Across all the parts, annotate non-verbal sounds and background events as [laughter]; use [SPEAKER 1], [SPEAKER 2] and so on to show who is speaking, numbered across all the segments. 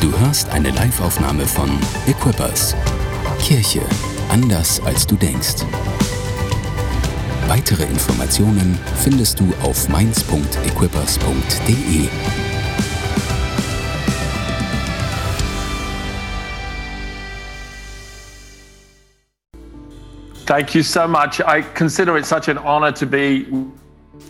[SPEAKER 1] Du hörst eine Liveaufnahme von Equippers. Kirche anders als du denkst. Weitere Informationen findest du auf mainz.equippers.de.
[SPEAKER 2] Thank you so much. I consider it such an honor to be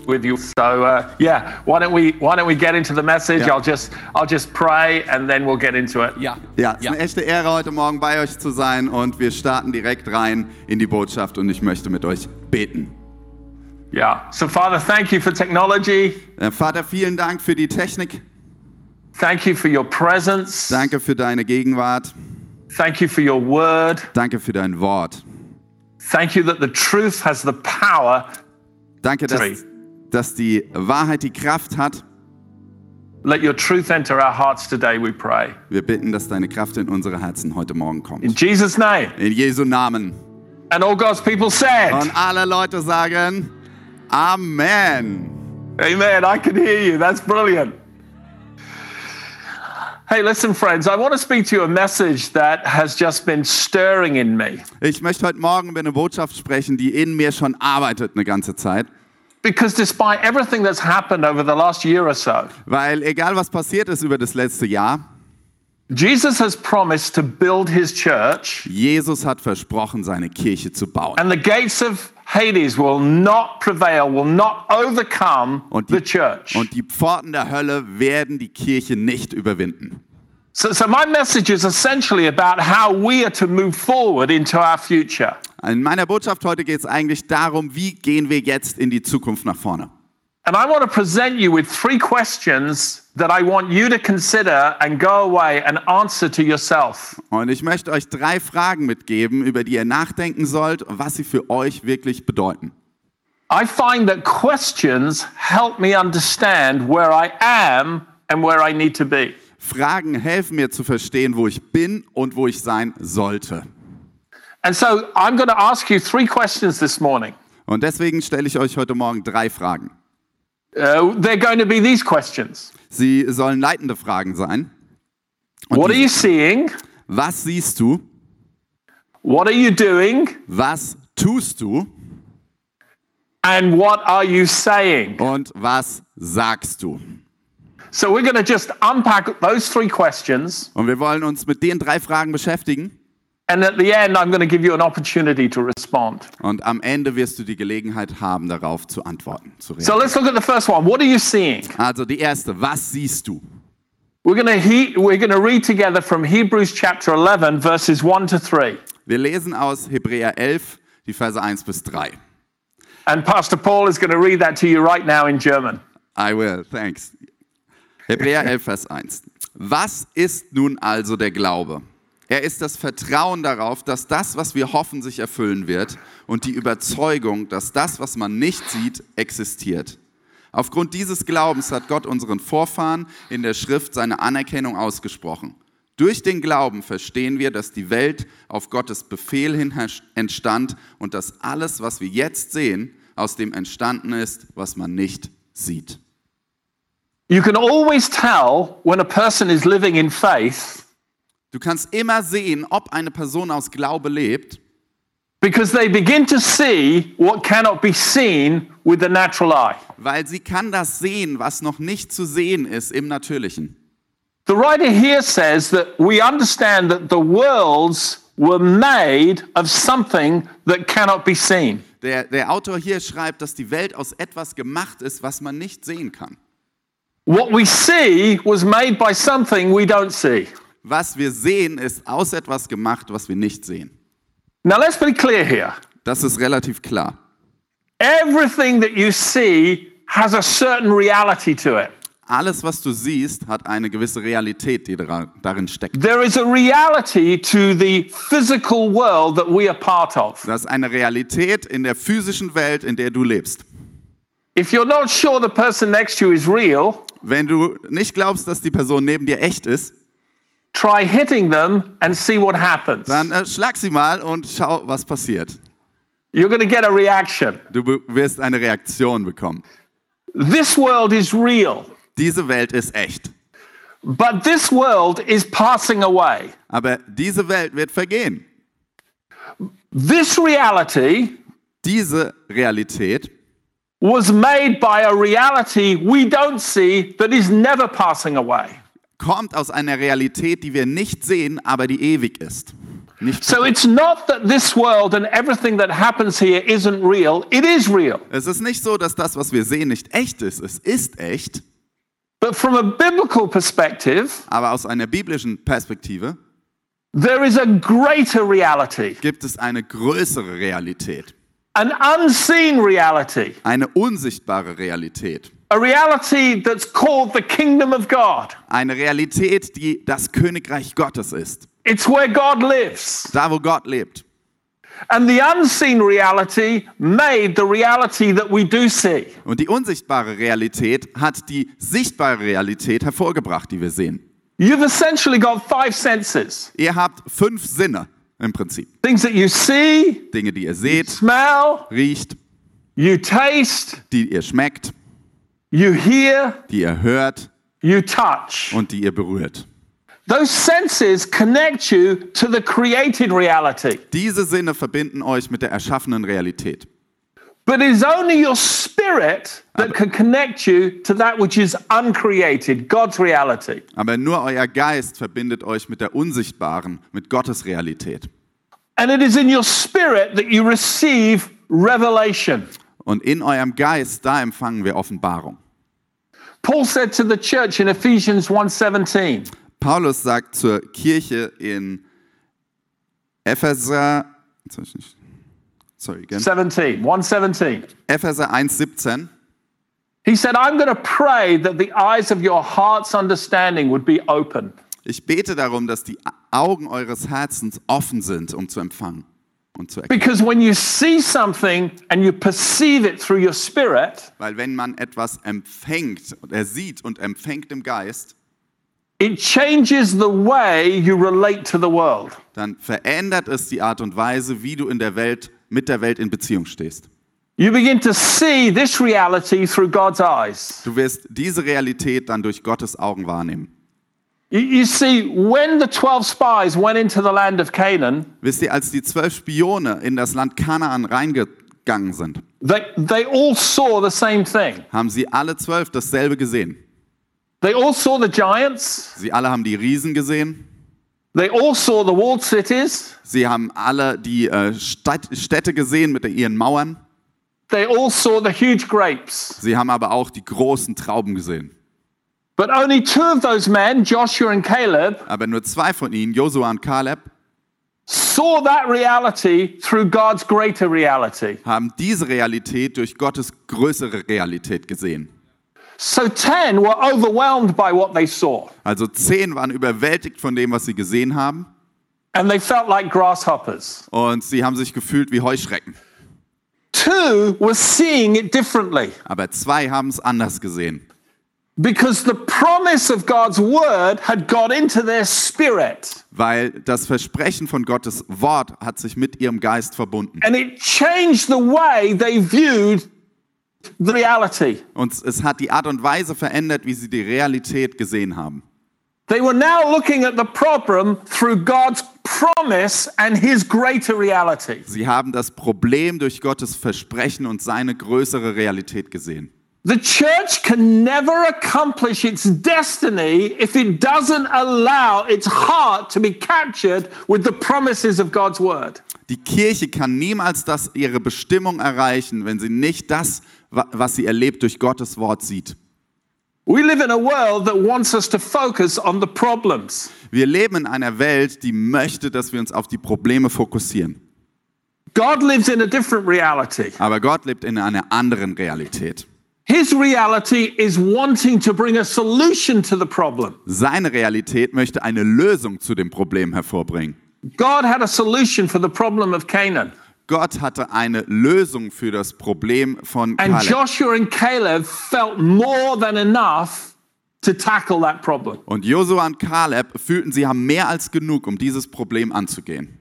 [SPEAKER 2] with you. So uh, yeah, why don't we why don't we get into the message?
[SPEAKER 3] Yeah.
[SPEAKER 2] I'll just I'll just pray and then we'll get into it.
[SPEAKER 4] Ja.
[SPEAKER 3] Ja, es ist eine echte Ehre, heute Morgen bei euch zu sein und wir starten direkt rein in die Botschaft und ich möchte mit euch beten.
[SPEAKER 2] Yeah. So Father, thank you for technology.
[SPEAKER 3] Äh, Vater, vielen Dank für die Technik,
[SPEAKER 2] Thank you for your presence.
[SPEAKER 3] danke für deine Gegenwart,
[SPEAKER 2] Thank you for your word.
[SPEAKER 3] danke für dein Wort.
[SPEAKER 2] Thank you that the truth has the power.
[SPEAKER 3] Danke,
[SPEAKER 2] Sorry.
[SPEAKER 3] dass, dass die Wahrheit die Kraft hat.
[SPEAKER 2] Let your truth enter our hearts today, we pray.
[SPEAKER 3] Wir bitten, dass deine Kraft in unsere Herzen heute Morgen
[SPEAKER 2] In
[SPEAKER 3] kommt.
[SPEAKER 2] Jesus' name.
[SPEAKER 3] In Jesu Namen.
[SPEAKER 2] And all God's people said,
[SPEAKER 3] Und alle Leute sagen Amen.
[SPEAKER 2] Amen. I can hear you. That's brilliant. Hey, listen, friends, I want to speak to you a message that has just been stirring in me
[SPEAKER 3] Ich möchte heute Morgen über eine Botschaft sprechen, die in mir schon arbeitet eine ganze Zeit.
[SPEAKER 2] because despite everything that's happened over the last year or so,
[SPEAKER 3] Weil egal was passiert ist über das letzte Jahr,
[SPEAKER 2] Jesus has promised to build his church
[SPEAKER 3] Jesus hat versprochen, seine Kirche zu bauen.
[SPEAKER 2] and the gates of Hades will not prevail, will not overcome
[SPEAKER 3] Und
[SPEAKER 2] the
[SPEAKER 3] die,
[SPEAKER 2] church.
[SPEAKER 3] und die Pforten der Hölle werden die Kirche nicht überwinden.
[SPEAKER 2] So, so my message is essentially about how we are to move forward into our future.
[SPEAKER 3] In meiner Botschaft heute geht es eigentlich darum, wie gehen wir jetzt in die Zukunft nach vorne.
[SPEAKER 2] And I want to present you with three questions that I want you to consider and go away and answer to yourself.
[SPEAKER 3] Und ich möchte euch drei Fragen mitgeben, über die ihr nachdenken sollt und was sie für euch wirklich bedeuten.
[SPEAKER 2] I find that questions help me understand where I am and where I need to be.
[SPEAKER 3] Fragen helfen mir zu verstehen, wo ich bin und wo ich sein sollte.
[SPEAKER 2] And so I'm going to ask you three questions this morning.
[SPEAKER 3] Und deswegen stelle ich euch heute Morgen drei Fragen.
[SPEAKER 2] Uh, they're going to be these questions
[SPEAKER 3] Sie sollen leitende Fragen sein. Und
[SPEAKER 2] What are
[SPEAKER 3] die-
[SPEAKER 2] you seeing?
[SPEAKER 3] Was siehst du?
[SPEAKER 2] What are you doing?
[SPEAKER 3] Was tust du?
[SPEAKER 2] And what are you saying?
[SPEAKER 3] Und was sagst du?
[SPEAKER 2] So we're going to just unpack those three questions.
[SPEAKER 3] Und wir wollen uns mit den drei Fragen beschäftigen.
[SPEAKER 2] And at the end, I'm going to give you an opportunity to respond.
[SPEAKER 3] Und am Ende wirst du die Gelegenheit haben, darauf zu antworten. Zu reden.
[SPEAKER 2] So let's look at the first one. What are you seeing?
[SPEAKER 3] also die erste, was siehst du?
[SPEAKER 2] We're going to he- we're going to read together from Hebrews chapter 11 verses 1 to 3.
[SPEAKER 3] Wir lesen aus Hebräer 11, die Verse 1 bis 3.
[SPEAKER 2] And Pastor Paul is going to read that to you right now in German.
[SPEAKER 3] I will, thanks. Hebräer 11, Vers 1. Was ist nun also der Glaube? Er ist das Vertrauen darauf, dass das, was wir hoffen, sich erfüllen wird und die Überzeugung, dass das, was man nicht sieht, existiert. Aufgrund dieses Glaubens hat Gott unseren Vorfahren in der Schrift seine Anerkennung ausgesprochen. Durch den Glauben verstehen wir, dass die Welt auf Gottes Befehl hin hersch- entstand und dass alles, was wir jetzt sehen, aus dem entstanden ist, was man nicht sieht.
[SPEAKER 2] You can always tell when a person is living in faith
[SPEAKER 3] Du kannst immer sehen, ob eine Person aus Glaube lebt,
[SPEAKER 2] because they begin to see what cannot be seen with the natural eye.
[SPEAKER 3] weil sie kann das sehen, was noch nicht zu sehen ist im Natürlichen.
[SPEAKER 2] The writer here says that we understand that the worlds were made of something that cannot be seen.
[SPEAKER 3] Der, der Autor hier schreibt, dass die Welt aus etwas gemacht ist, was man nicht sehen kann.
[SPEAKER 2] What we see was made by something we don't see.
[SPEAKER 3] Was wir sehen, ist aus etwas gemacht, was wir nicht sehen.
[SPEAKER 2] Now, let's be clear here.
[SPEAKER 3] Das ist relativ klar.
[SPEAKER 2] Everything that you see has a certain reality to it.
[SPEAKER 3] Alles, was du siehst, hat eine gewisse Realität, die dara- darin steckt.
[SPEAKER 2] There is a reality to the physical world that we are part of.
[SPEAKER 3] Das ist eine Realität in der physischen Welt, in der du lebst.
[SPEAKER 2] If you're not sure the person next to you is real,
[SPEAKER 3] Wenn du nicht glaubst, dass die Person neben dir echt ist,
[SPEAKER 2] try hitting them and see what happens.
[SPEAKER 3] dann äh, schlag sie mal und schau, was passiert.
[SPEAKER 2] You're going to get a reaction.
[SPEAKER 3] Du be- wirst eine Reaktion bekommen.
[SPEAKER 2] This world is real.
[SPEAKER 3] Diese Welt ist echt.
[SPEAKER 2] But this world is passing away.
[SPEAKER 3] Aber diese Welt wird vergehen.
[SPEAKER 2] This reality
[SPEAKER 3] Diese Realität
[SPEAKER 2] was made by a reality we don't see that is never passing away.
[SPEAKER 3] kommt aus einer Realität, die wir nicht sehen, aber die ewig ist. Nicht
[SPEAKER 2] So it's not that this world and everything that happens here isn't real, it is real.
[SPEAKER 3] Es ist nicht so, dass das, was wir sehen, nicht echt ist. Es ist echt,
[SPEAKER 2] But from a biblical perspective,
[SPEAKER 3] aber aus einer biblischen Perspektive
[SPEAKER 2] there is a greater reality,
[SPEAKER 3] gibt es eine größere Realität,
[SPEAKER 2] an unseen reality,
[SPEAKER 3] eine unsichtbare Realität,
[SPEAKER 2] a reality that's called the kingdom of God.
[SPEAKER 3] eine Realität, die das Königreich Gottes ist,
[SPEAKER 2] It's where God lives.
[SPEAKER 3] da wo Gott lebt.
[SPEAKER 2] And the unseen reality made the reality that we do see.
[SPEAKER 3] Und die unsichtbare Realität hat die sichtbare Realität hervorgebracht, die wir sehen.
[SPEAKER 2] You've essentially got five senses
[SPEAKER 3] Ihr habt fünf Sinne im Prinzip.
[SPEAKER 2] things that you see,
[SPEAKER 3] Dinge, die ihr seht,
[SPEAKER 2] smell,
[SPEAKER 3] riecht,
[SPEAKER 2] you taste,
[SPEAKER 3] die ihr schmeckt,
[SPEAKER 2] you hear,
[SPEAKER 3] die ihr hört
[SPEAKER 2] you touch.
[SPEAKER 3] und die ihr berührt.
[SPEAKER 2] Those senses connect you to the created reality.
[SPEAKER 3] Diese Sinne verbinden euch mit der erschaffenen Realität.
[SPEAKER 2] But it is only your spirit that can connect you to that which is uncreated, God's reality.
[SPEAKER 3] Aber nur euer Geist verbindet euch mit der unsichtbaren, mit Gottes Realität.
[SPEAKER 2] And it is in your spirit that you receive revelation.
[SPEAKER 3] Und in eurem Geist, da empfangen wir Offenbarung.
[SPEAKER 2] Paul said to the church in Ephesians 1:17,
[SPEAKER 3] Paulus sagt zur Kirche in Epheser, jetzt hab ich nicht- sorry, again.
[SPEAKER 2] 17, 1:17.
[SPEAKER 3] Epheser 1,17.
[SPEAKER 2] He said, "I'm going to pray that the eyes of your heart's understanding would be open."
[SPEAKER 3] Ich bete darum, dass die Augen eures Herzens offen sind, um zu empfangen und zu erkennen.
[SPEAKER 2] Because when you see something and you perceive it through your spirit,
[SPEAKER 3] Weil wenn man etwas empfängt, er sieht und empfängt im Geist,
[SPEAKER 2] it changes the way you relate to the world.
[SPEAKER 3] dann verändert es die Art und Weise, wie du in der Welt mit der Welt in Beziehung stehst.
[SPEAKER 2] You begin to see this reality through God's eyes.
[SPEAKER 3] Du wirst diese Realität dann durch Gottes Augen wahrnehmen.
[SPEAKER 2] You, you see, when the 12 spies went into the land of Canaan,
[SPEAKER 3] Wisst ihr, als die zwölf Spione in das Land Kanaan reingegangen sind,
[SPEAKER 2] they, they all saw the same thing.
[SPEAKER 3] haben sie alle zwölf dasselbe gesehen.
[SPEAKER 2] They all saw the giants,
[SPEAKER 3] Sie alle haben die Riesen gesehen.
[SPEAKER 2] they all saw the walled cities,
[SPEAKER 3] Sie haben alle die äh, Stadt, Städte gesehen mit ihren Mauern.
[SPEAKER 2] they all saw the huge grapes.
[SPEAKER 3] Sie haben aber auch die großen Trauben gesehen.
[SPEAKER 2] But only two of those men, Joshua and Caleb,
[SPEAKER 3] Aber nur zwei von ihnen, Josua und Kaleb,
[SPEAKER 2] saw that reality through God's greater reality.
[SPEAKER 3] haben diese Realität durch Gottes größere Realität gesehen.
[SPEAKER 2] So 10 were overwhelmed by what they saw,
[SPEAKER 3] Also zehn waren überwältigt von dem, was sie gesehen haben.
[SPEAKER 2] and they felt like grasshoppers.
[SPEAKER 3] Und sie haben sich gefühlt wie Heuschrecken.
[SPEAKER 2] Two were seeing it differently.
[SPEAKER 3] Aber zwei haben es anders gesehen.
[SPEAKER 2] Because the promise of God's word had got into their spirit
[SPEAKER 3] Weil das Versprechen von Gottes Wort hat sich mit ihrem Geist verbunden.
[SPEAKER 2] and it changed the way they viewed the reality.
[SPEAKER 3] Und es hat die Art und Weise verändert, wie sie die Realität gesehen haben.
[SPEAKER 2] They were now looking at the problem through God's promise and his greater reality.
[SPEAKER 3] Sie haben das Problem durch Gottes Versprechen und seine größere Realität gesehen.
[SPEAKER 2] The church can never accomplish its destiny if it doesn't allow its heart to be captured with the promises of God's word.
[SPEAKER 3] Die Kirche kann niemals das, ihre Bestimmung erreichen, wenn sie nicht das, wa- was sie erlebt, durch Gottes Wort sieht.
[SPEAKER 2] We live in a world that wants us to focus on the problems.
[SPEAKER 3] Wir leben in einer Welt, die möchte, dass wir uns auf die Probleme fokussieren.
[SPEAKER 2] God lives in a different reality.
[SPEAKER 3] Aber Gott lebt in einer anderen Realität.
[SPEAKER 2] His reality is wanting to bring a solution to the problem.
[SPEAKER 3] Seine Realität möchte eine Lösung zu dem Problem hervorbringen.
[SPEAKER 2] God had a solution for the problem of Canaan.
[SPEAKER 3] Gott hatte eine Lösung für das Problem von
[SPEAKER 2] And
[SPEAKER 3] Kaleb.
[SPEAKER 2] Joshua and Caleb felt more than enough to tackle that problem.
[SPEAKER 3] Und Josua und Kaleb fühlten, sie haben mehr als genug, um dieses Problem anzugehen.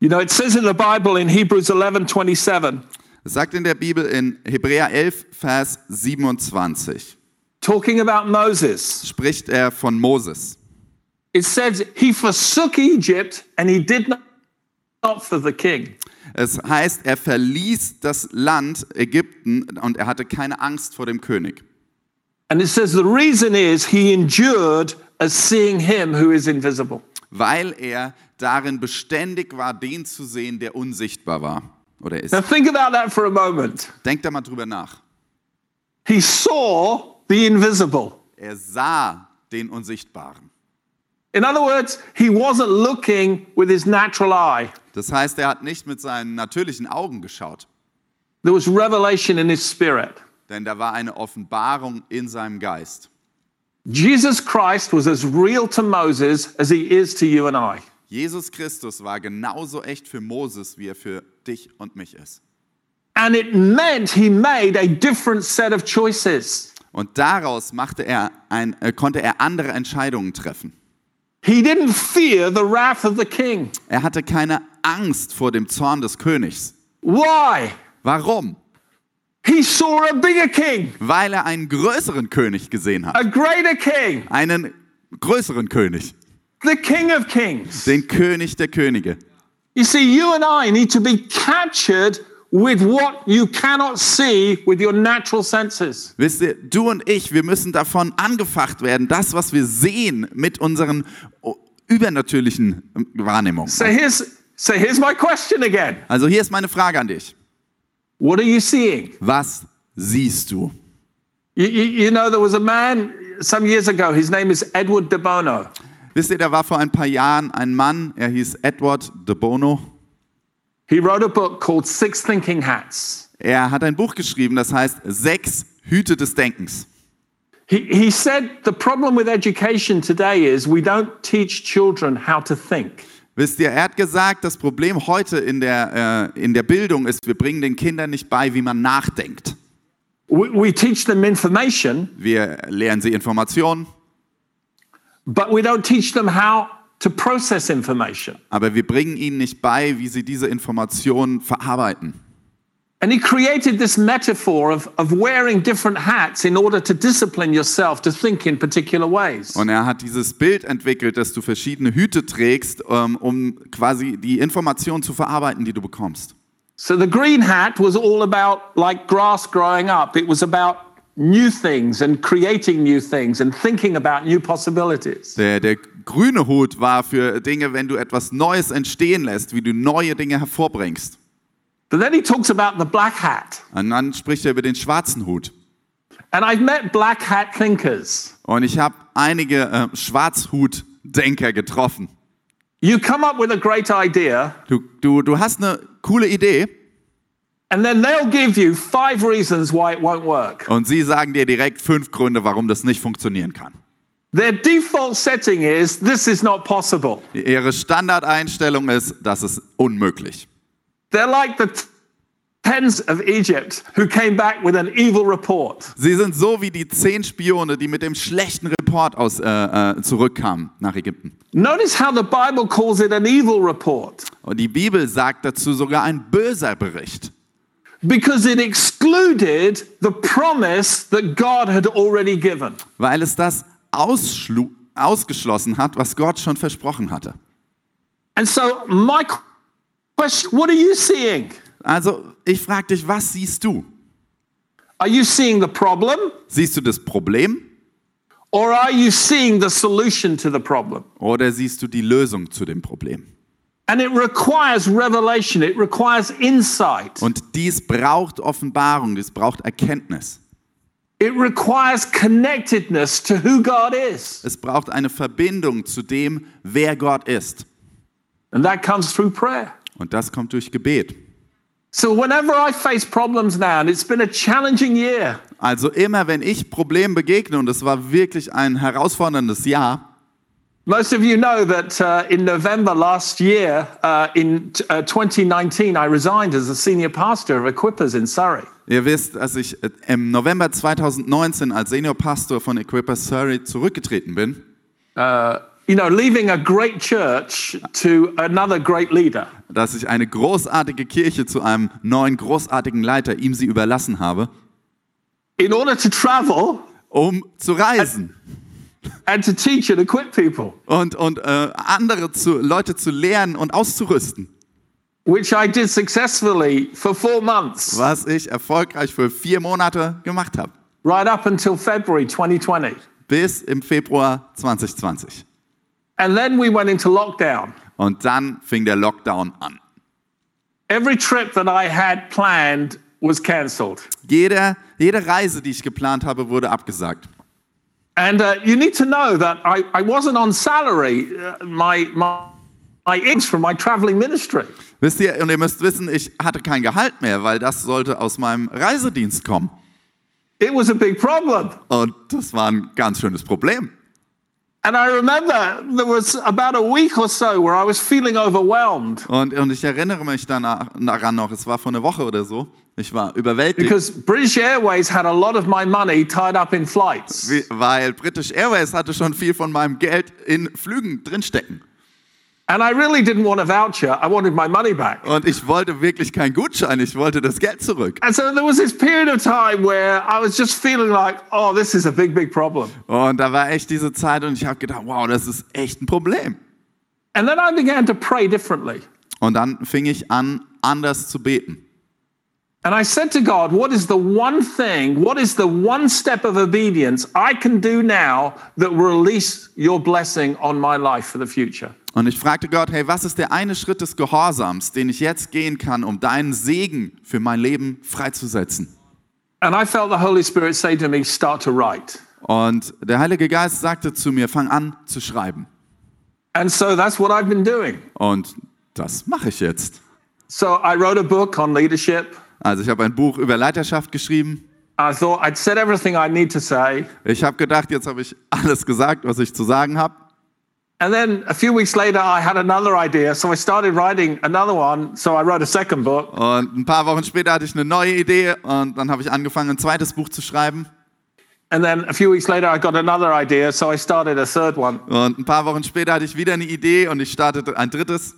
[SPEAKER 2] You know, it says in the Bible in Hebrews 11 27,
[SPEAKER 3] Es sagt in der Bibel in Hebräer 11, Vers 27.
[SPEAKER 2] talking about Moses.
[SPEAKER 3] spricht er von Moses.
[SPEAKER 2] It says he forsook Egypt and he did not- not for the king.
[SPEAKER 3] Es heißt, er verließ das Land Ägypten und er hatte keine Angst vor dem König.
[SPEAKER 2] And it says the reason is he endured as seeing him who is invisible.
[SPEAKER 3] weil er darin beständig war, den zu sehen, der unsichtbar war oder
[SPEAKER 2] [laughs]
[SPEAKER 3] ist.
[SPEAKER 2] Now think about that for a moment.
[SPEAKER 3] Denkt da mal drüber nach.
[SPEAKER 2] He saw the invisible.
[SPEAKER 3] Er sah den Unsichtbaren.
[SPEAKER 2] In other words, he wasn't looking with his natural eye.
[SPEAKER 3] Das heißt, er hat nicht mit seinen natürlichen Augen geschaut,
[SPEAKER 2] There was revelation in his spirit.
[SPEAKER 3] denn da war eine Offenbarung in seinem Geist.
[SPEAKER 2] Jesus Christ was as real to Moses as he is to you and I.
[SPEAKER 3] Jesus Christus war genauso echt für Moses, wie er für dich und mich ist.
[SPEAKER 2] And it meant he made a different set of choices.
[SPEAKER 3] Und daraus machte er ein, äh, konnte er andere Entscheidungen treffen.
[SPEAKER 2] He didn't fear the wrath of the king.
[SPEAKER 3] Er hatte keine Angst vor dem Zorn des Königs.
[SPEAKER 2] Why?
[SPEAKER 3] Warum?
[SPEAKER 2] He saw a bigger king,
[SPEAKER 3] Weil er einen größeren König gesehen hat.
[SPEAKER 2] a greater king,
[SPEAKER 3] einen größeren König,
[SPEAKER 2] the king of kings.
[SPEAKER 3] den König der Könige.
[SPEAKER 2] You see, you and I need to be captured with what you cannot see with your natural senses.
[SPEAKER 3] Wisst ihr, du und ich, wir müssen davon angefacht werden, das, was wir sehen mit unseren oh, übernatürlichen Wahrnehmungen.
[SPEAKER 2] So here's, so here's my question again
[SPEAKER 3] Also hier ist meine Frage an dich.
[SPEAKER 2] What are you seeing?
[SPEAKER 3] Was siehst du?
[SPEAKER 2] You, you, you know, there was a man some years ago, his name is Edward de Bono.
[SPEAKER 3] Wisst ihr, da war vor ein paar Jahren ein Mann, er hieß Edward de Bono.
[SPEAKER 2] He wrote a book called Six Thinking Hats.
[SPEAKER 3] Er hat ein Buch geschrieben, das heißt Sechs Hüte des Denkens.
[SPEAKER 2] He, he said the problem with education today is we don't teach children how to think.
[SPEAKER 3] Wisst ihr, er hat gesagt, das Problem heute in der, äh, in der Bildung ist, wir bringen den Kindern nicht bei, wie man nachdenkt.
[SPEAKER 2] We, we teach them information,
[SPEAKER 3] Wir lehren sie Informationen,
[SPEAKER 2] but we don't teach them how to process information.
[SPEAKER 3] aber wir bringen ihnen nicht bei, wie sie diese Informationen verarbeiten.
[SPEAKER 2] And he created this metaphor of, of wearing different hats in order to discipline yourself to think in particular ways.
[SPEAKER 3] Und er hat dieses Bild entwickelt, dass du verschiedene Hüte trägst, ähm, um quasi die Informationen zu verarbeiten, die du bekommst.
[SPEAKER 2] So the green hat was all about like grass growing up, it was about new things and creating new things and thinking about new possibilities.
[SPEAKER 3] Der, der grüne Hut war für Dinge, wenn du etwas Neues entstehen lässt, wie du neue Dinge hervorbringst.
[SPEAKER 2] But then he talks about the black hat.
[SPEAKER 3] Und dann spricht er über den schwarzen Hut.
[SPEAKER 2] And I've met black hat thinkers.
[SPEAKER 3] Und ich habe einige äh, Schwarzhutdenker getroffen.
[SPEAKER 2] You come up with a great idea,
[SPEAKER 3] Du, du, du hast eine coole Idee
[SPEAKER 2] and then they'll give you five reasons why it won't work.
[SPEAKER 3] Und sie sagen dir direkt fünf Gründe, warum das nicht funktionieren kann.
[SPEAKER 2] Their default setting is this is not possible.
[SPEAKER 3] Ihre Standardeinstellung ist, das ist unmöglich.
[SPEAKER 2] They're like the t- tens of Egypt who came back with an evil report.
[SPEAKER 3] Sie sind so wie die zehn Spione, die mit dem schlechten Report aus, äh, äh, zurückkamen nach Ägypten.
[SPEAKER 2] Notice how the Bible calls it an evil report
[SPEAKER 3] Und die Bibel sagt dazu sogar ein böser Bericht,
[SPEAKER 2] because it excluded the promise that God had already given.
[SPEAKER 3] weil es das ausschlu- ausgeschlossen hat, was Gott schon versprochen hatte.
[SPEAKER 2] And so, my qu- question what are you seeing?
[SPEAKER 3] Also ich frage dich, was siehst du?
[SPEAKER 2] Are you seeing the problem?
[SPEAKER 3] Siehst du das Problem
[SPEAKER 2] Or are you seeing the solution to the problem?
[SPEAKER 3] oder siehst du die Lösung zu dem Problem?
[SPEAKER 2] And it requires revelation, it requires insight,
[SPEAKER 3] Und dies braucht Offenbarung, dies braucht Erkenntnis.
[SPEAKER 2] it requires connectedness to who God is.
[SPEAKER 3] Es braucht eine Verbindung zu dem, wer Gott ist.
[SPEAKER 2] And that comes through prayer.
[SPEAKER 3] Und das kommt durch Gebet.
[SPEAKER 2] So, whenever I face problems now, and it's been a challenging year,
[SPEAKER 3] Also immer, wenn ich Problemen begegne, und es war wirklich ein herausforderndes Jahr,
[SPEAKER 2] most of you know that uh, in November last year, uh, in t- uh, 2019, I resigned as a senior pastor of Equippers in Surrey.
[SPEAKER 3] ihr wisst, dass ich äh, im November 2019 als Seniorpastor von Equipper Surrey zurückgetreten bin.
[SPEAKER 2] You know, leaving a great church to another great leader.
[SPEAKER 3] Dass ich eine großartige Kirche zu einem neuen großartigen Leiter, ihm sie überlassen habe,
[SPEAKER 2] In order to travel,
[SPEAKER 3] um zu reisen
[SPEAKER 2] and to teach and equip people,
[SPEAKER 3] und, und äh, andere zu, Leute zu lehren und auszurüsten,
[SPEAKER 2] which I did successfully for four months,
[SPEAKER 3] was ich erfolgreich für vier Monate gemacht habe,
[SPEAKER 2] right up until February 2020.
[SPEAKER 3] bis im Februar 2020.
[SPEAKER 2] And then we went into lockdown.
[SPEAKER 3] Und dann fing der Lockdown an.
[SPEAKER 2] Every trip that I had planned was cancelled.
[SPEAKER 3] Jede, jede Reise, die ich geplant habe, wurde abgesagt.
[SPEAKER 2] And uh, you need to know that I, I wasn't on salary. Uh, my, my, my incomes from my traveling ministry.
[SPEAKER 3] Wisst ihr, und ihr müsst wissen, ich hatte kein Gehalt mehr, weil das sollte aus meinem Reisedienst kommen.
[SPEAKER 2] It was a big problem.
[SPEAKER 3] Und das war ein ganz schönes Problem.
[SPEAKER 2] And I remember there was about a week or so where I was feeling overwhelmed
[SPEAKER 3] Und, und ich erinnere mich danach, daran noch, es war vor einer Woche oder so, ich war überwältigt,
[SPEAKER 2] because British Airways had a lot of my money tied up in flights.
[SPEAKER 3] wie- weil British Airways hatte schon viel von meinem Geld in Flügen drinstecken.
[SPEAKER 2] And I really didn't want a voucher. I wanted my money back.
[SPEAKER 3] Und ich wollte wirklich keinen Gutschein, ich wollte das Geld zurück.
[SPEAKER 2] And so there was this period of time where I was just feeling like, oh, this is a big, big problem.
[SPEAKER 3] Und da war echt diese Zeit und ich habe gedacht, wow, das ist echt ein Problem.
[SPEAKER 2] And then I began to pray differently.
[SPEAKER 3] Und dann fing ich an, anders zu beten.
[SPEAKER 2] And I said to God, What is the one thing, what is the one step of obedience I can do now that will release your blessing on my life for the future?
[SPEAKER 3] Und ich fragte Gott, hey, was ist der eine Schritt des Gehorsams, den ich jetzt gehen kann, um deinen Segen für mein Leben freizusetzen?
[SPEAKER 2] And I felt the Holy Spirit say to me, Start to write.
[SPEAKER 3] Und der Heilige Geist sagte zu mir, fang an zu schreiben.
[SPEAKER 2] And so that's what I've been doing.
[SPEAKER 3] Und das mache ich jetzt.
[SPEAKER 2] So I wrote a book on leadership.
[SPEAKER 3] Also ich habe ein Buch über Leiterschaft geschrieben.
[SPEAKER 2] I thought I'd said everything I need to say.
[SPEAKER 3] Ich habe gedacht, jetzt habe ich alles gesagt, was ich zu sagen habe.
[SPEAKER 2] And then a few weeks later, I had another idea. So I started writing another one. So I wrote a second book.
[SPEAKER 3] Und ein paar Wochen später hatte ich eine neue Idee und dann habe ich angefangen, ein zweites Buch zu schreiben.
[SPEAKER 2] And then a few weeks later, I got another idea. So I started a third one.
[SPEAKER 3] Und ein paar Wochen später hatte ich wieder eine Idee und ich startete ein drittes.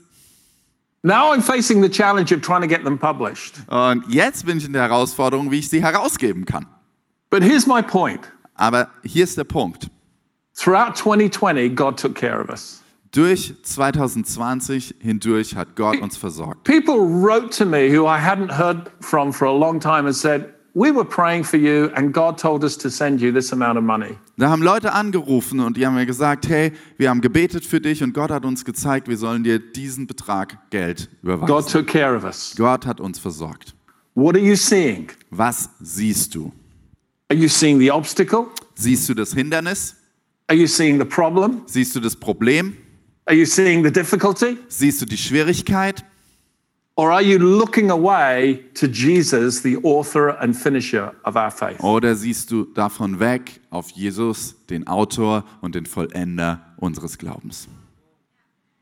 [SPEAKER 2] Now I'm facing the challenge of trying to get them published.
[SPEAKER 3] Und jetzt bin ich in der Herausforderung, wie ich sie herausgeben kann.
[SPEAKER 2] But here's my point.
[SPEAKER 3] Aber hier ist der Punkt.
[SPEAKER 2] Throughout 2020, God took care of us.
[SPEAKER 3] Durch 2020 hindurch hat Gott uns versorgt.
[SPEAKER 2] People wrote to me who I hadn't heard from for a long time and said, We were praying for you, and God told us to send you this amount of money.
[SPEAKER 3] Da haben Leute angerufen und die haben mir gesagt, hey, wir haben gebetet für dich und Gott hat uns gezeigt, wir sollen dir diesen Betrag Geld
[SPEAKER 2] God
[SPEAKER 3] überweisen.
[SPEAKER 2] took care of us.
[SPEAKER 3] Gott hat uns versorgt.
[SPEAKER 2] What are you seeing?
[SPEAKER 3] Was siehst du?
[SPEAKER 2] Are you seeing the obstacle?
[SPEAKER 3] Siehst du das Hindernis?
[SPEAKER 2] Are you seeing the problem?
[SPEAKER 3] Siehst du das Problem?
[SPEAKER 2] Are you seeing the difficulty?
[SPEAKER 3] Siehst du die Schwierigkeit?
[SPEAKER 2] Or are you looking away to Jesus, the author and finisher of our faith?
[SPEAKER 3] Oder siehst du davon weg auf Jesus, den Autor und den Vollender unseres Glaubens?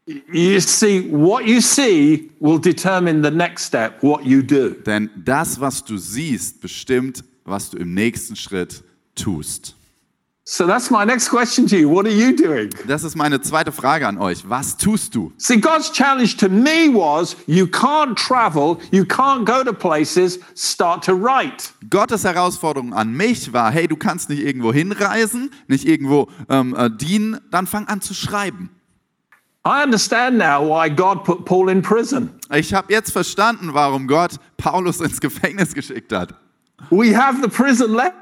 [SPEAKER 2] You see, what you see will determine the next step, what you do.
[SPEAKER 3] Denn das, was du siehst, bestimmt, was du im nächsten Schritt tust.
[SPEAKER 2] So that's my next question to you. What are you doing?
[SPEAKER 3] Das ist meine zweite Frage an euch. Was tust du?
[SPEAKER 2] See, God's challenge to me was you can't travel, you can't go to places, start to write.
[SPEAKER 3] Gottes Herausforderung an mich war, hey, du kannst nicht irgendwo hinreisen, nicht irgendwo ähm, äh, dienen, dann fang an zu schreiben.
[SPEAKER 2] I understand now why God put Paul in prison.
[SPEAKER 3] Ich habe jetzt verstanden, warum Gott Paulus [laughs] ins Gefängnis geschickt hat.
[SPEAKER 2] We have the prison letters.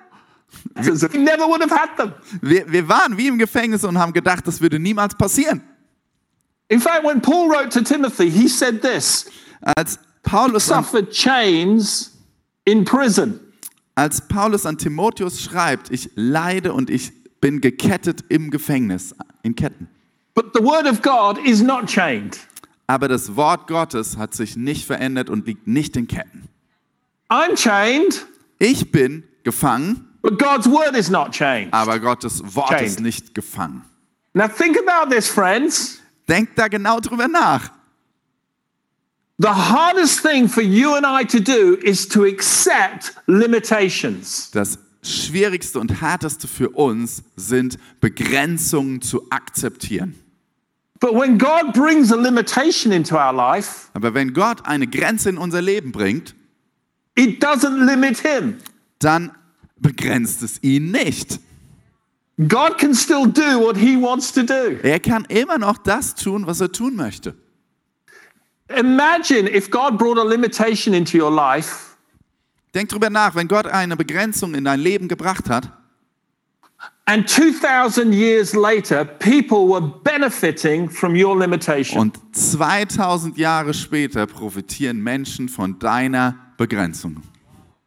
[SPEAKER 2] We never would have had them.
[SPEAKER 3] Wir, wir waren wie im Gefängnis und haben gedacht, das würde niemals passieren.
[SPEAKER 2] In fact, when Paul wrote to Timothy, he said this
[SPEAKER 3] Als Paulus, an,
[SPEAKER 2] suffered chains in prison.
[SPEAKER 3] als Paulus an Timotheus schreibt, ich leide und ich bin gekettet im Gefängnis, in Ketten.
[SPEAKER 2] But the word of God is not chained.
[SPEAKER 3] Aber das Wort Gottes hat sich nicht verändert und liegt nicht in Ketten.
[SPEAKER 2] I'm chained,
[SPEAKER 3] Ich bin gefangen,
[SPEAKER 2] but God's word is not chained.
[SPEAKER 3] aber Gottes Wort
[SPEAKER 2] Chained.
[SPEAKER 3] ist nicht gefangen.
[SPEAKER 2] Now think about this, friends.
[SPEAKER 3] Denkt da genau drüber nach.
[SPEAKER 2] The hardest thing for you and I to do is to accept limitations.
[SPEAKER 3] Das Schwierigste und Härteste für uns sind, Begrenzungen zu akzeptieren.
[SPEAKER 2] But when God brings a limitation into our life,
[SPEAKER 3] Aber wenn Gott eine Grenze in unser Leben bringt,
[SPEAKER 2] it doesn't limit Him.
[SPEAKER 3] dann begrenzt es ihn nicht.
[SPEAKER 2] God can still do what he wants to do.
[SPEAKER 3] Er kann immer noch das tun, was er tun möchte.
[SPEAKER 2] Imagine if God brought a limitation into your life,
[SPEAKER 3] Denk drüber nach, wenn Gott eine Begrenzung in dein Leben gebracht hat
[SPEAKER 2] and 2,000 years later, people were benefiting from your limitation.
[SPEAKER 3] und 2000 Jahre später profitieren Menschen von deiner Begrenzung.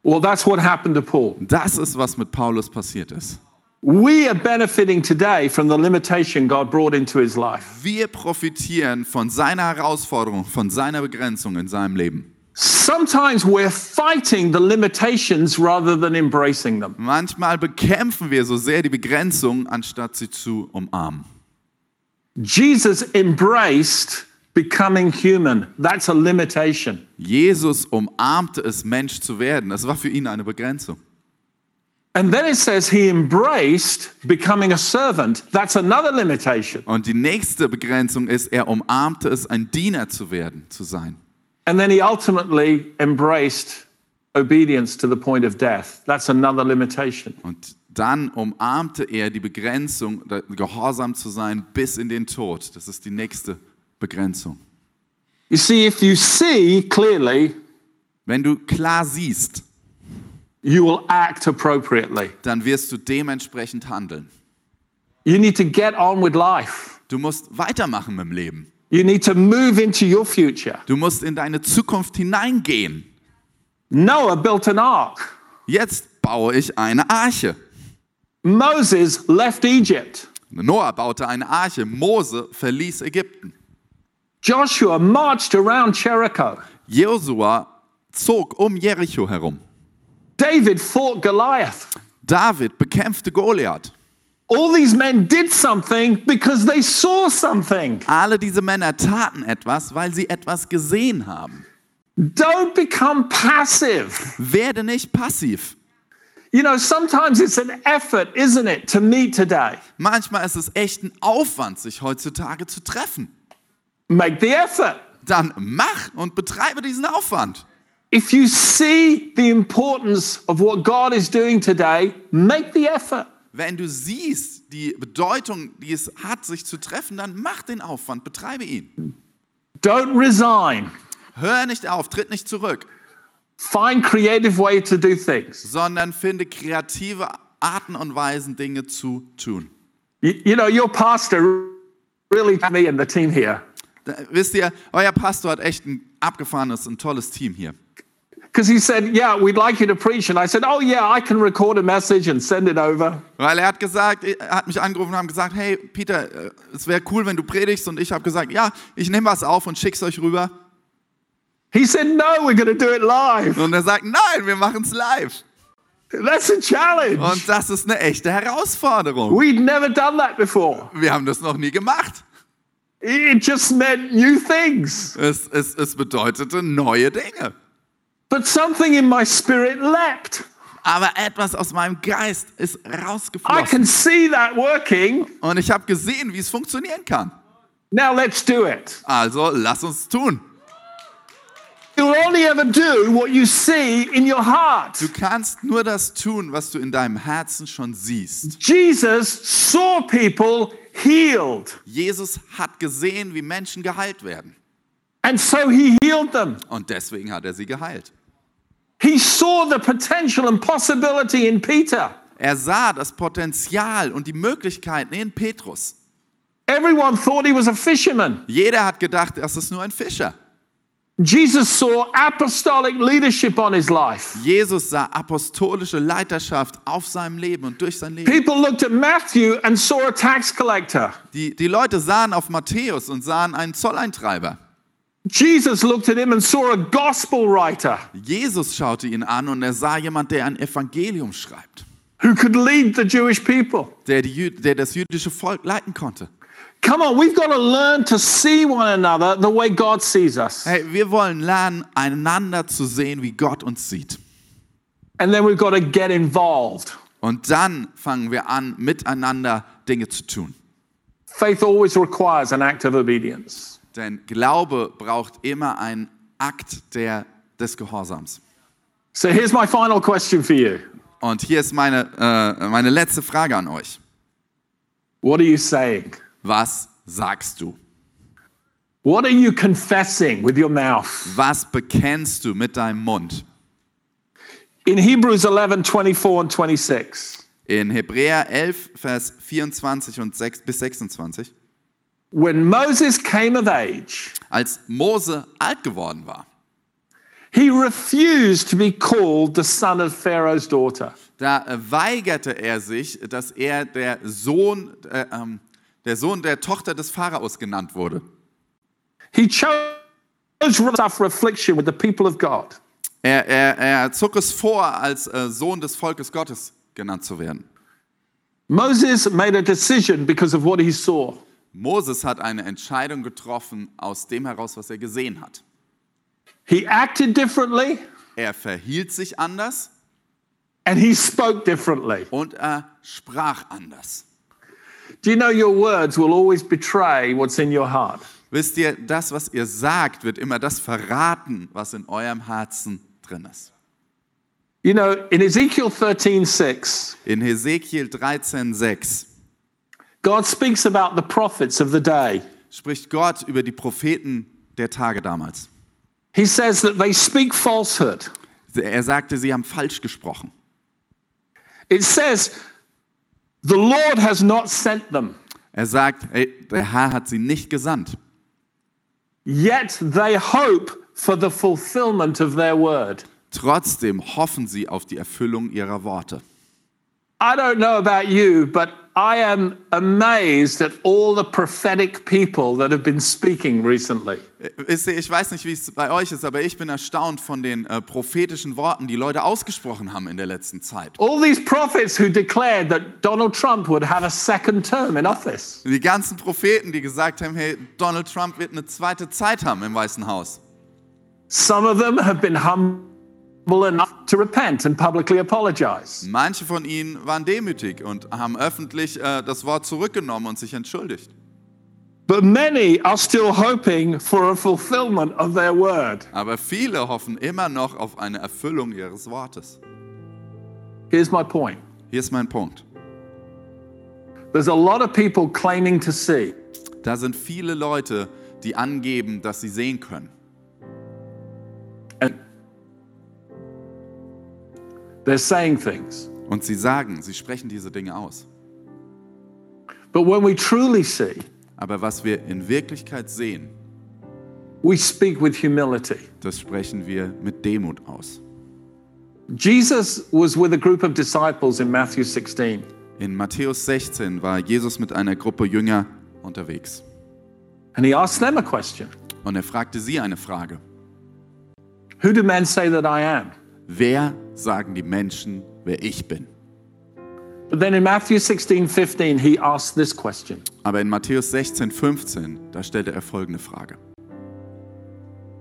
[SPEAKER 2] Well, that's what happened to Paul.
[SPEAKER 3] Das ist, was mit Paulus passiert ist.
[SPEAKER 2] We are benefiting today from the limitation God brought into his life.
[SPEAKER 3] Wir profitieren von seiner Herausforderung, von seiner Begrenzung in seinem Leben.
[SPEAKER 2] Sometimes we're fighting the limitations rather than embracing them.
[SPEAKER 3] Manchmal bekämpfen wir so sehr die Begrenzung, anstatt sie zu umarmen.
[SPEAKER 2] Jesus embraced becoming human. That's a limitation.
[SPEAKER 3] Jesus umarmte es, Mensch zu werden. Das war für ihn eine Begrenzung.
[SPEAKER 2] And then it says he embraced becoming a servant. That's another limitation.
[SPEAKER 3] Und die nächste Begrenzung ist, er umarmte es, ein Diener zu werden, zu sein.
[SPEAKER 2] And then he ultimately embraced obedience to the point of death. That's another limitation.
[SPEAKER 3] Und dann umarmte er die Begrenzung, da- gehorsam zu sein bis in den Tod. Das ist die nächste Begrenzung.
[SPEAKER 2] You see, if you see clearly,
[SPEAKER 3] Wenn du klar siehst,
[SPEAKER 2] you will act appropriately.
[SPEAKER 3] dann wirst du dementsprechend handeln.
[SPEAKER 2] You need to get on with life.
[SPEAKER 3] Du musst weitermachen im Leben.
[SPEAKER 2] You need to move into your future.
[SPEAKER 3] Du musst in deine Zukunft hineingehen.
[SPEAKER 2] Noah built an ark.
[SPEAKER 3] Jetzt baue ich eine Arche.
[SPEAKER 2] Moses left Egypt.
[SPEAKER 3] Noah baute eine Arche. Mose verließ Ägypten.
[SPEAKER 2] Joshua marched around Jericho.
[SPEAKER 3] Josua zog um Jericho herum.
[SPEAKER 2] David fought Goliath.
[SPEAKER 3] David bekämpfte Goliath.
[SPEAKER 2] All these men did something because they saw something.
[SPEAKER 3] Alle diese Männer taten etwas, weil sie etwas gesehen haben.
[SPEAKER 2] Don't become passive.
[SPEAKER 3] Werde nicht passiv.
[SPEAKER 2] You know, sometimes it's an effort, isn't it, to meet today?
[SPEAKER 3] Manchmal ist es echt ein Aufwand, sich heutzutage zu treffen.
[SPEAKER 2] Make the effort.
[SPEAKER 3] Dann mach und betreibe diesen Aufwand.
[SPEAKER 2] If you see the importance of what God is doing today, make the effort.
[SPEAKER 3] Wenn du siehst, die Bedeutung, die es hat, sich zu treffen, dann mach den Aufwand, betreibe ihn.
[SPEAKER 2] Don't resign.
[SPEAKER 3] Hör nicht auf, tritt nicht zurück,
[SPEAKER 2] Find creative way to do things.
[SPEAKER 3] sondern finde kreative Arten und Weisen, Dinge zu tun.
[SPEAKER 2] You, you know, your pastor really me and the team here
[SPEAKER 3] Da, wisst ihr, euer Pastor hat echt ein abgefahrenes und tolles Team hier.
[SPEAKER 2] because he said, "Yeah, we'd like you to preach," and I said, "Oh yeah, I can record a message and send it over."
[SPEAKER 3] Weil er hat gesagt, er hat mich angerufen und haben gesagt, hey Peter, äh, es wäre cool, wenn du predigst. Und ich habe gesagt, ja, ich nehme was auf und schick's euch rüber.
[SPEAKER 2] He said, "No, we're going to do it live." [laughs]
[SPEAKER 3] Und er sagt, nein, wir machen's live.
[SPEAKER 2] That's a challenge.
[SPEAKER 3] Und das ist eine echte Herausforderung.
[SPEAKER 2] We'd never done that before.
[SPEAKER 3] Wir haben das noch nie gemacht.
[SPEAKER 2] It just meant new things.
[SPEAKER 3] Es, es, es bedeutete neue Dinge.
[SPEAKER 2] But something in my spirit leapt.
[SPEAKER 3] Aber etwas aus meinem Geist ist
[SPEAKER 2] I can
[SPEAKER 3] rausgeflossen.
[SPEAKER 2] see that working.
[SPEAKER 3] Und ich habe gesehen, wie es funktionieren kann.
[SPEAKER 2] Now let's do it.
[SPEAKER 3] Also lass uns tun.
[SPEAKER 2] You'll only ever do what you see in your heart.
[SPEAKER 3] Du kannst nur das tun, was du in deinem Herzen schon siehst.
[SPEAKER 2] Jesus saw people healed,
[SPEAKER 3] Jesus hat gesehen, wie Menschen geheilt werden.
[SPEAKER 2] and so he healed them.
[SPEAKER 3] Und deswegen hat er sie geheilt.
[SPEAKER 2] He saw the potential and possibility in Peter.
[SPEAKER 3] Er sah das Potenzial und die Möglichkeiten in Petrus.
[SPEAKER 2] Everyone thought he was a fisherman.
[SPEAKER 3] Jeder hat gedacht, das ist nur ein Fischer.
[SPEAKER 2] Jesus saw apostolic leadership on his life.
[SPEAKER 3] Jesus sah apostolische Leiterschaft auf seinem Leben und durch sein Leben.
[SPEAKER 2] People looked at Matthew and saw a tax collector.
[SPEAKER 3] Die, die Leute sahen auf Matthäus und sahen einen Zolleintreiber.
[SPEAKER 2] Jesus looked at him and saw a gospel writer
[SPEAKER 3] Jesus schaute ihn an und er sah jemand, der ein Evangelium schreibt,
[SPEAKER 2] who could lead the Jewish people.
[SPEAKER 3] der, die, Jü- der das jüdische Volk leiten konnte.
[SPEAKER 2] Come on, we've got to learn to see one another the way God sees us.
[SPEAKER 3] Hey, wir wollen lernen, einander zu sehen, wie Gott uns sieht.
[SPEAKER 2] And then we've got to get involved.
[SPEAKER 3] Und dann fangen wir an, miteinander Dinge zu tun.
[SPEAKER 2] Faith always requires an act of obedience.
[SPEAKER 3] Denn Glaube braucht immer einen Akt der, des Gehorsams.
[SPEAKER 2] So here's my final question for you
[SPEAKER 3] Und hier ist meine, äh, meine letzte Frage an euch.
[SPEAKER 2] What are you saying?
[SPEAKER 3] Was sagst du?
[SPEAKER 2] What are you confessing with your mouth?
[SPEAKER 3] Was bekennst du mit deinem Mund?
[SPEAKER 2] In Hebrews 11 24 and 26,
[SPEAKER 3] In Hebräer 11, Vers 24 und 6 bis 26,
[SPEAKER 2] when Moses came of age,
[SPEAKER 3] als Mose alt geworden war,
[SPEAKER 2] he refused to be called the son of Pharaoh's daughter.
[SPEAKER 3] da äh, weigerte er sich, dass er der Sohn, äh, ähm, der Sohn der Tochter des Pharaos genannt wurde.
[SPEAKER 2] He chose rough affliction with the people of God.
[SPEAKER 3] Er, er, er zog es vor, als äh, Sohn des Volkes Gottes genannt zu werden.
[SPEAKER 2] Moses made a decision because of what he saw.
[SPEAKER 3] Moses hat eine Entscheidung getroffen aus dem heraus, was er gesehen hat.
[SPEAKER 2] He acted differently
[SPEAKER 3] Er verhielt sich anders
[SPEAKER 2] and he spoke differently.
[SPEAKER 3] und er sprach anders.
[SPEAKER 2] Do you know your words will always betray what's in your heart?
[SPEAKER 3] Wisst ihr, das, was ihr sagt, wird immer das verraten, was in eurem Herzen drin ist.
[SPEAKER 2] You know, in Ezekiel 13 6,
[SPEAKER 3] In Hesekiel 13,6
[SPEAKER 2] God speaks about the prophets of the day.
[SPEAKER 3] spricht Gott über die Propheten der Tage damals.
[SPEAKER 2] He says that they speak falsehood.
[SPEAKER 3] Er sagte, sie haben falsch gesprochen.
[SPEAKER 2] It says, the Lord has not sent them,
[SPEAKER 3] Er sagt, hey, der Herr hat sie nicht gesandt.
[SPEAKER 2] yet they hope for the fulfillment of their word.
[SPEAKER 3] Trotzdem hoffen sie auf die Erfüllung ihrer Worte.
[SPEAKER 2] I don't know about you, but I am amazed at all the prophetic people that have been speaking recently.
[SPEAKER 3] Wisst ihr, Äh, Ich weiß nicht, wie es bei euch ist, aber ich bin erstaunt von den äh, prophetischen Worten, die Leute ausgesprochen haben in der letzten Zeit.
[SPEAKER 2] All these prophets who declared that Donald Trump would have a second term in office.
[SPEAKER 3] Die ganzen Propheten, die gesagt haben, hey, Donald Trump wird eine zweite Zeit haben im Weißen Haus.
[SPEAKER 2] Some of them have been humble enough to repent and publicly apologize.
[SPEAKER 3] Manche von ihnen waren demütig und haben öffentlich äh, das Wort zurückgenommen und sich entschuldigt.
[SPEAKER 2] But many are still hoping for a fulfillment of their word.
[SPEAKER 3] Aber viele hoffen immer noch auf eine Erfüllung ihres Wortes.
[SPEAKER 2] Here's my point
[SPEAKER 3] Hier ist mein Punkt.
[SPEAKER 2] there's a lot of people claiming to see,
[SPEAKER 3] Da sind viele Leute, die angeben, dass sie sehen können.
[SPEAKER 2] and they're saying things.
[SPEAKER 3] Und sie sagen, sie sprechen diese Dinge aus.
[SPEAKER 2] But when we truly see,
[SPEAKER 3] Aber was wir in Wirklichkeit sehen,
[SPEAKER 2] we speak with humility.
[SPEAKER 3] das sprechen wir mit Demut aus.
[SPEAKER 2] Jesus was with a group of disciples in Matthew 16.
[SPEAKER 3] In Matthäus 16 war Jesus mit einer Gruppe Jünger unterwegs.
[SPEAKER 2] And he asked them a question
[SPEAKER 3] Und er fragte sie eine Frage.
[SPEAKER 2] Who do men say that I am?
[SPEAKER 3] Wer sagen die Menschen, wer ich bin?
[SPEAKER 2] But then in Matthew 16 15, he asked this question
[SPEAKER 3] Aber in Matthäus 16, 15, da stellte er folgende Frage.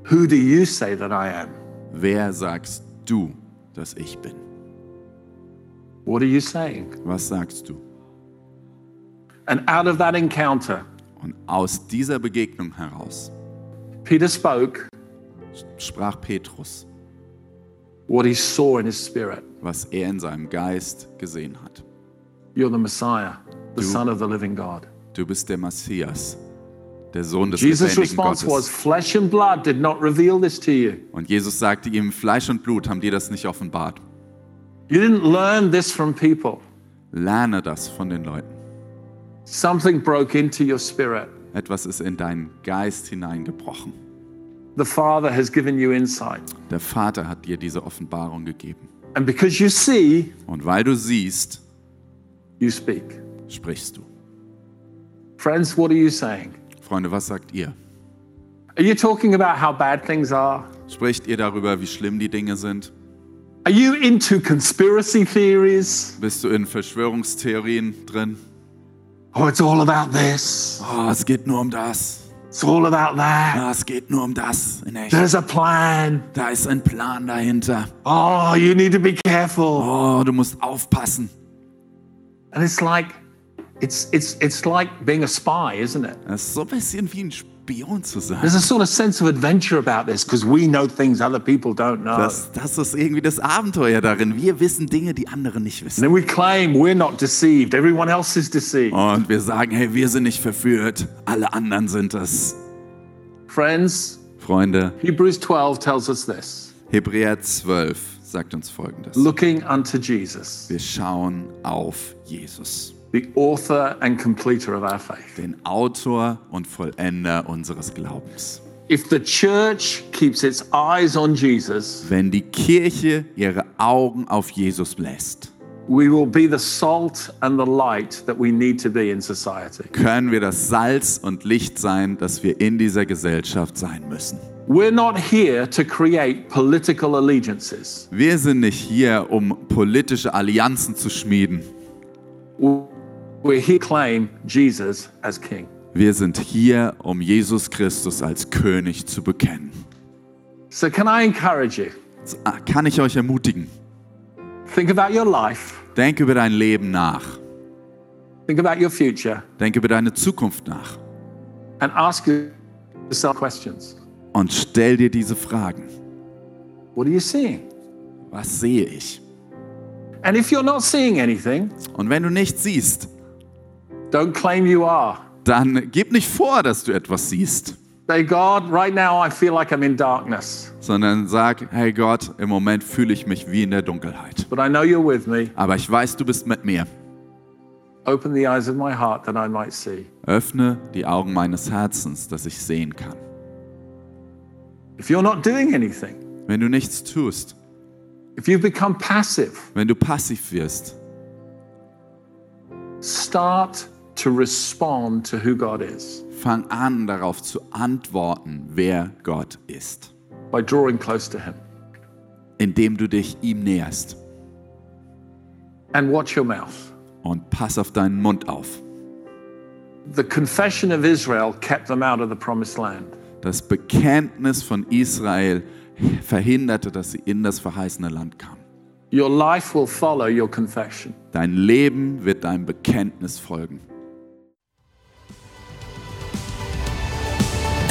[SPEAKER 2] Who do you say that I am?
[SPEAKER 3] Wer sagst du, dass ich bin?
[SPEAKER 2] What are you saying?
[SPEAKER 3] Was sagst du?
[SPEAKER 2] And out of that encounter,
[SPEAKER 3] Und aus dieser Begegnung heraus
[SPEAKER 2] Peter spoke
[SPEAKER 3] sprach Petrus,
[SPEAKER 2] what he saw in his spirit.
[SPEAKER 3] was er in seinem Geist gesehen hat.
[SPEAKER 2] You're the Messiah, the
[SPEAKER 3] Du-
[SPEAKER 2] Son of the living God.
[SPEAKER 3] Du bist der Messias, der Sohn des
[SPEAKER 2] Jesus'
[SPEAKER 3] lebendigen
[SPEAKER 2] response was,
[SPEAKER 3] Gottes.
[SPEAKER 2] Flesh and blood did not reveal this to you.
[SPEAKER 3] Und Jesus sagte ihm, Fleisch und Blut haben dir das nicht offenbart.
[SPEAKER 2] You didn't learn this from people.
[SPEAKER 3] Lerne das von den Leuten.
[SPEAKER 2] Something broke into your spirit.
[SPEAKER 3] Etwas ist in deinen Geist hineingebrochen.
[SPEAKER 2] The Father has given you insight.
[SPEAKER 3] Der Vater hat dir diese Offenbarung gegeben.
[SPEAKER 2] And because you see,
[SPEAKER 3] Und weil du siehst,
[SPEAKER 2] you speak.
[SPEAKER 3] sprichst du.
[SPEAKER 2] Friends, what are you saying?
[SPEAKER 3] Freunde, was sagt ihr?
[SPEAKER 2] Are you talking about how bad things are?
[SPEAKER 3] Sprecht ihr darüber, wie schlimm die Dinge sind?
[SPEAKER 2] Are you into conspiracy theories?
[SPEAKER 3] Bist du in Verschwörungstheorien drin?
[SPEAKER 2] Oh, it's all about this.
[SPEAKER 3] Oh, es geht nur um das.
[SPEAKER 2] It's all about that.
[SPEAKER 3] Ah, es geht nur um das. In echt.
[SPEAKER 2] There's a plan.
[SPEAKER 3] Da ist ein Plan dahinter.
[SPEAKER 2] Oh, you need to be careful.
[SPEAKER 3] Oh, du musst aufpassen.
[SPEAKER 2] And it's like, it's it's it's like being a spy, isn't it?
[SPEAKER 3] Das ist so ein bisschen wie ein Spion zu sein.
[SPEAKER 2] There's a sort of sense of adventure about this because we know things other people don't know.
[SPEAKER 3] Das, das ist irgendwie das Abenteuer darin. Wir wissen Dinge, die andere nicht
[SPEAKER 2] and
[SPEAKER 3] wissen.
[SPEAKER 2] then we claim we're not deceived, everyone else is deceived.
[SPEAKER 3] Und wir sagen, hey, wir sind nicht verführt, alle anderen sind es.
[SPEAKER 2] Friends,
[SPEAKER 3] Freunde,
[SPEAKER 2] Hebrews 12 tells us this
[SPEAKER 3] Hebräer 12 sagt uns folgendes.
[SPEAKER 2] looking unto Jesus,
[SPEAKER 3] Wir schauen auf Jesus,
[SPEAKER 2] the author and completer of our faith.
[SPEAKER 3] den Autor und Vollender unseres Glaubens.
[SPEAKER 2] If the church keeps its eyes on Jesus,
[SPEAKER 3] Wenn die Kirche ihre Augen auf Jesus lässt,
[SPEAKER 2] we will be the salt and the light that we need to be in society.
[SPEAKER 3] können wir das Salz und Licht sein, das wir in dieser Gesellschaft sein müssen.
[SPEAKER 2] We're not here to create political allegiances.
[SPEAKER 3] Wir sind nicht hier, um politische Allianzen zu schmieden.
[SPEAKER 2] We're here to claim Jesus as King.
[SPEAKER 3] Wir sind hier, um Jesus Christus als König zu bekennen.
[SPEAKER 2] So, can I encourage you?
[SPEAKER 3] So, ah, Kann ich euch ermutigen?
[SPEAKER 2] Think about your life,
[SPEAKER 3] Denk über dein Leben nach.
[SPEAKER 2] think about your future,
[SPEAKER 3] Denk über deine Zukunft nach.
[SPEAKER 2] and ask yourself questions.
[SPEAKER 3] Und stell dir diese Fragen.
[SPEAKER 2] What are you seeing?
[SPEAKER 3] Was sehe ich?
[SPEAKER 2] And if you're not seeing anything,
[SPEAKER 3] Und wenn du nichts siehst,
[SPEAKER 2] don't claim you are.
[SPEAKER 3] dann gib nicht vor, dass du etwas siehst,
[SPEAKER 2] Say, God, right now I feel like I'm in darkness,
[SPEAKER 3] sondern sag, hey Gott, im Moment fühle ich mich wie in der Dunkelheit.
[SPEAKER 2] but I know you're with me.
[SPEAKER 3] Aber ich weiß, du bist mit mir.
[SPEAKER 2] Open the eyes of my heart that I might see.
[SPEAKER 3] Öffne die Augen meines Herzens, dass ich sehen kann.
[SPEAKER 2] If you're not doing anything,
[SPEAKER 3] Wenn du nichts tust,
[SPEAKER 2] if you've become passive,
[SPEAKER 3] wenn du passiv wirst,
[SPEAKER 2] start to respond to who God is
[SPEAKER 3] fang an darauf zu antworten, wer Gott ist,
[SPEAKER 2] by drawing close to Him.
[SPEAKER 3] indem du dich ihm näherst.
[SPEAKER 2] And watch your mouth.
[SPEAKER 3] Und pass auf deinen Mund auf.
[SPEAKER 2] The confession of Israel kept them out of the promised land.
[SPEAKER 3] Das Bekenntnis von Israel verhinderte, dass sie in das verheißene Land kamen.
[SPEAKER 2] Your life will follow your confession.
[SPEAKER 3] Dein Leben wird deinem Bekenntnis folgen.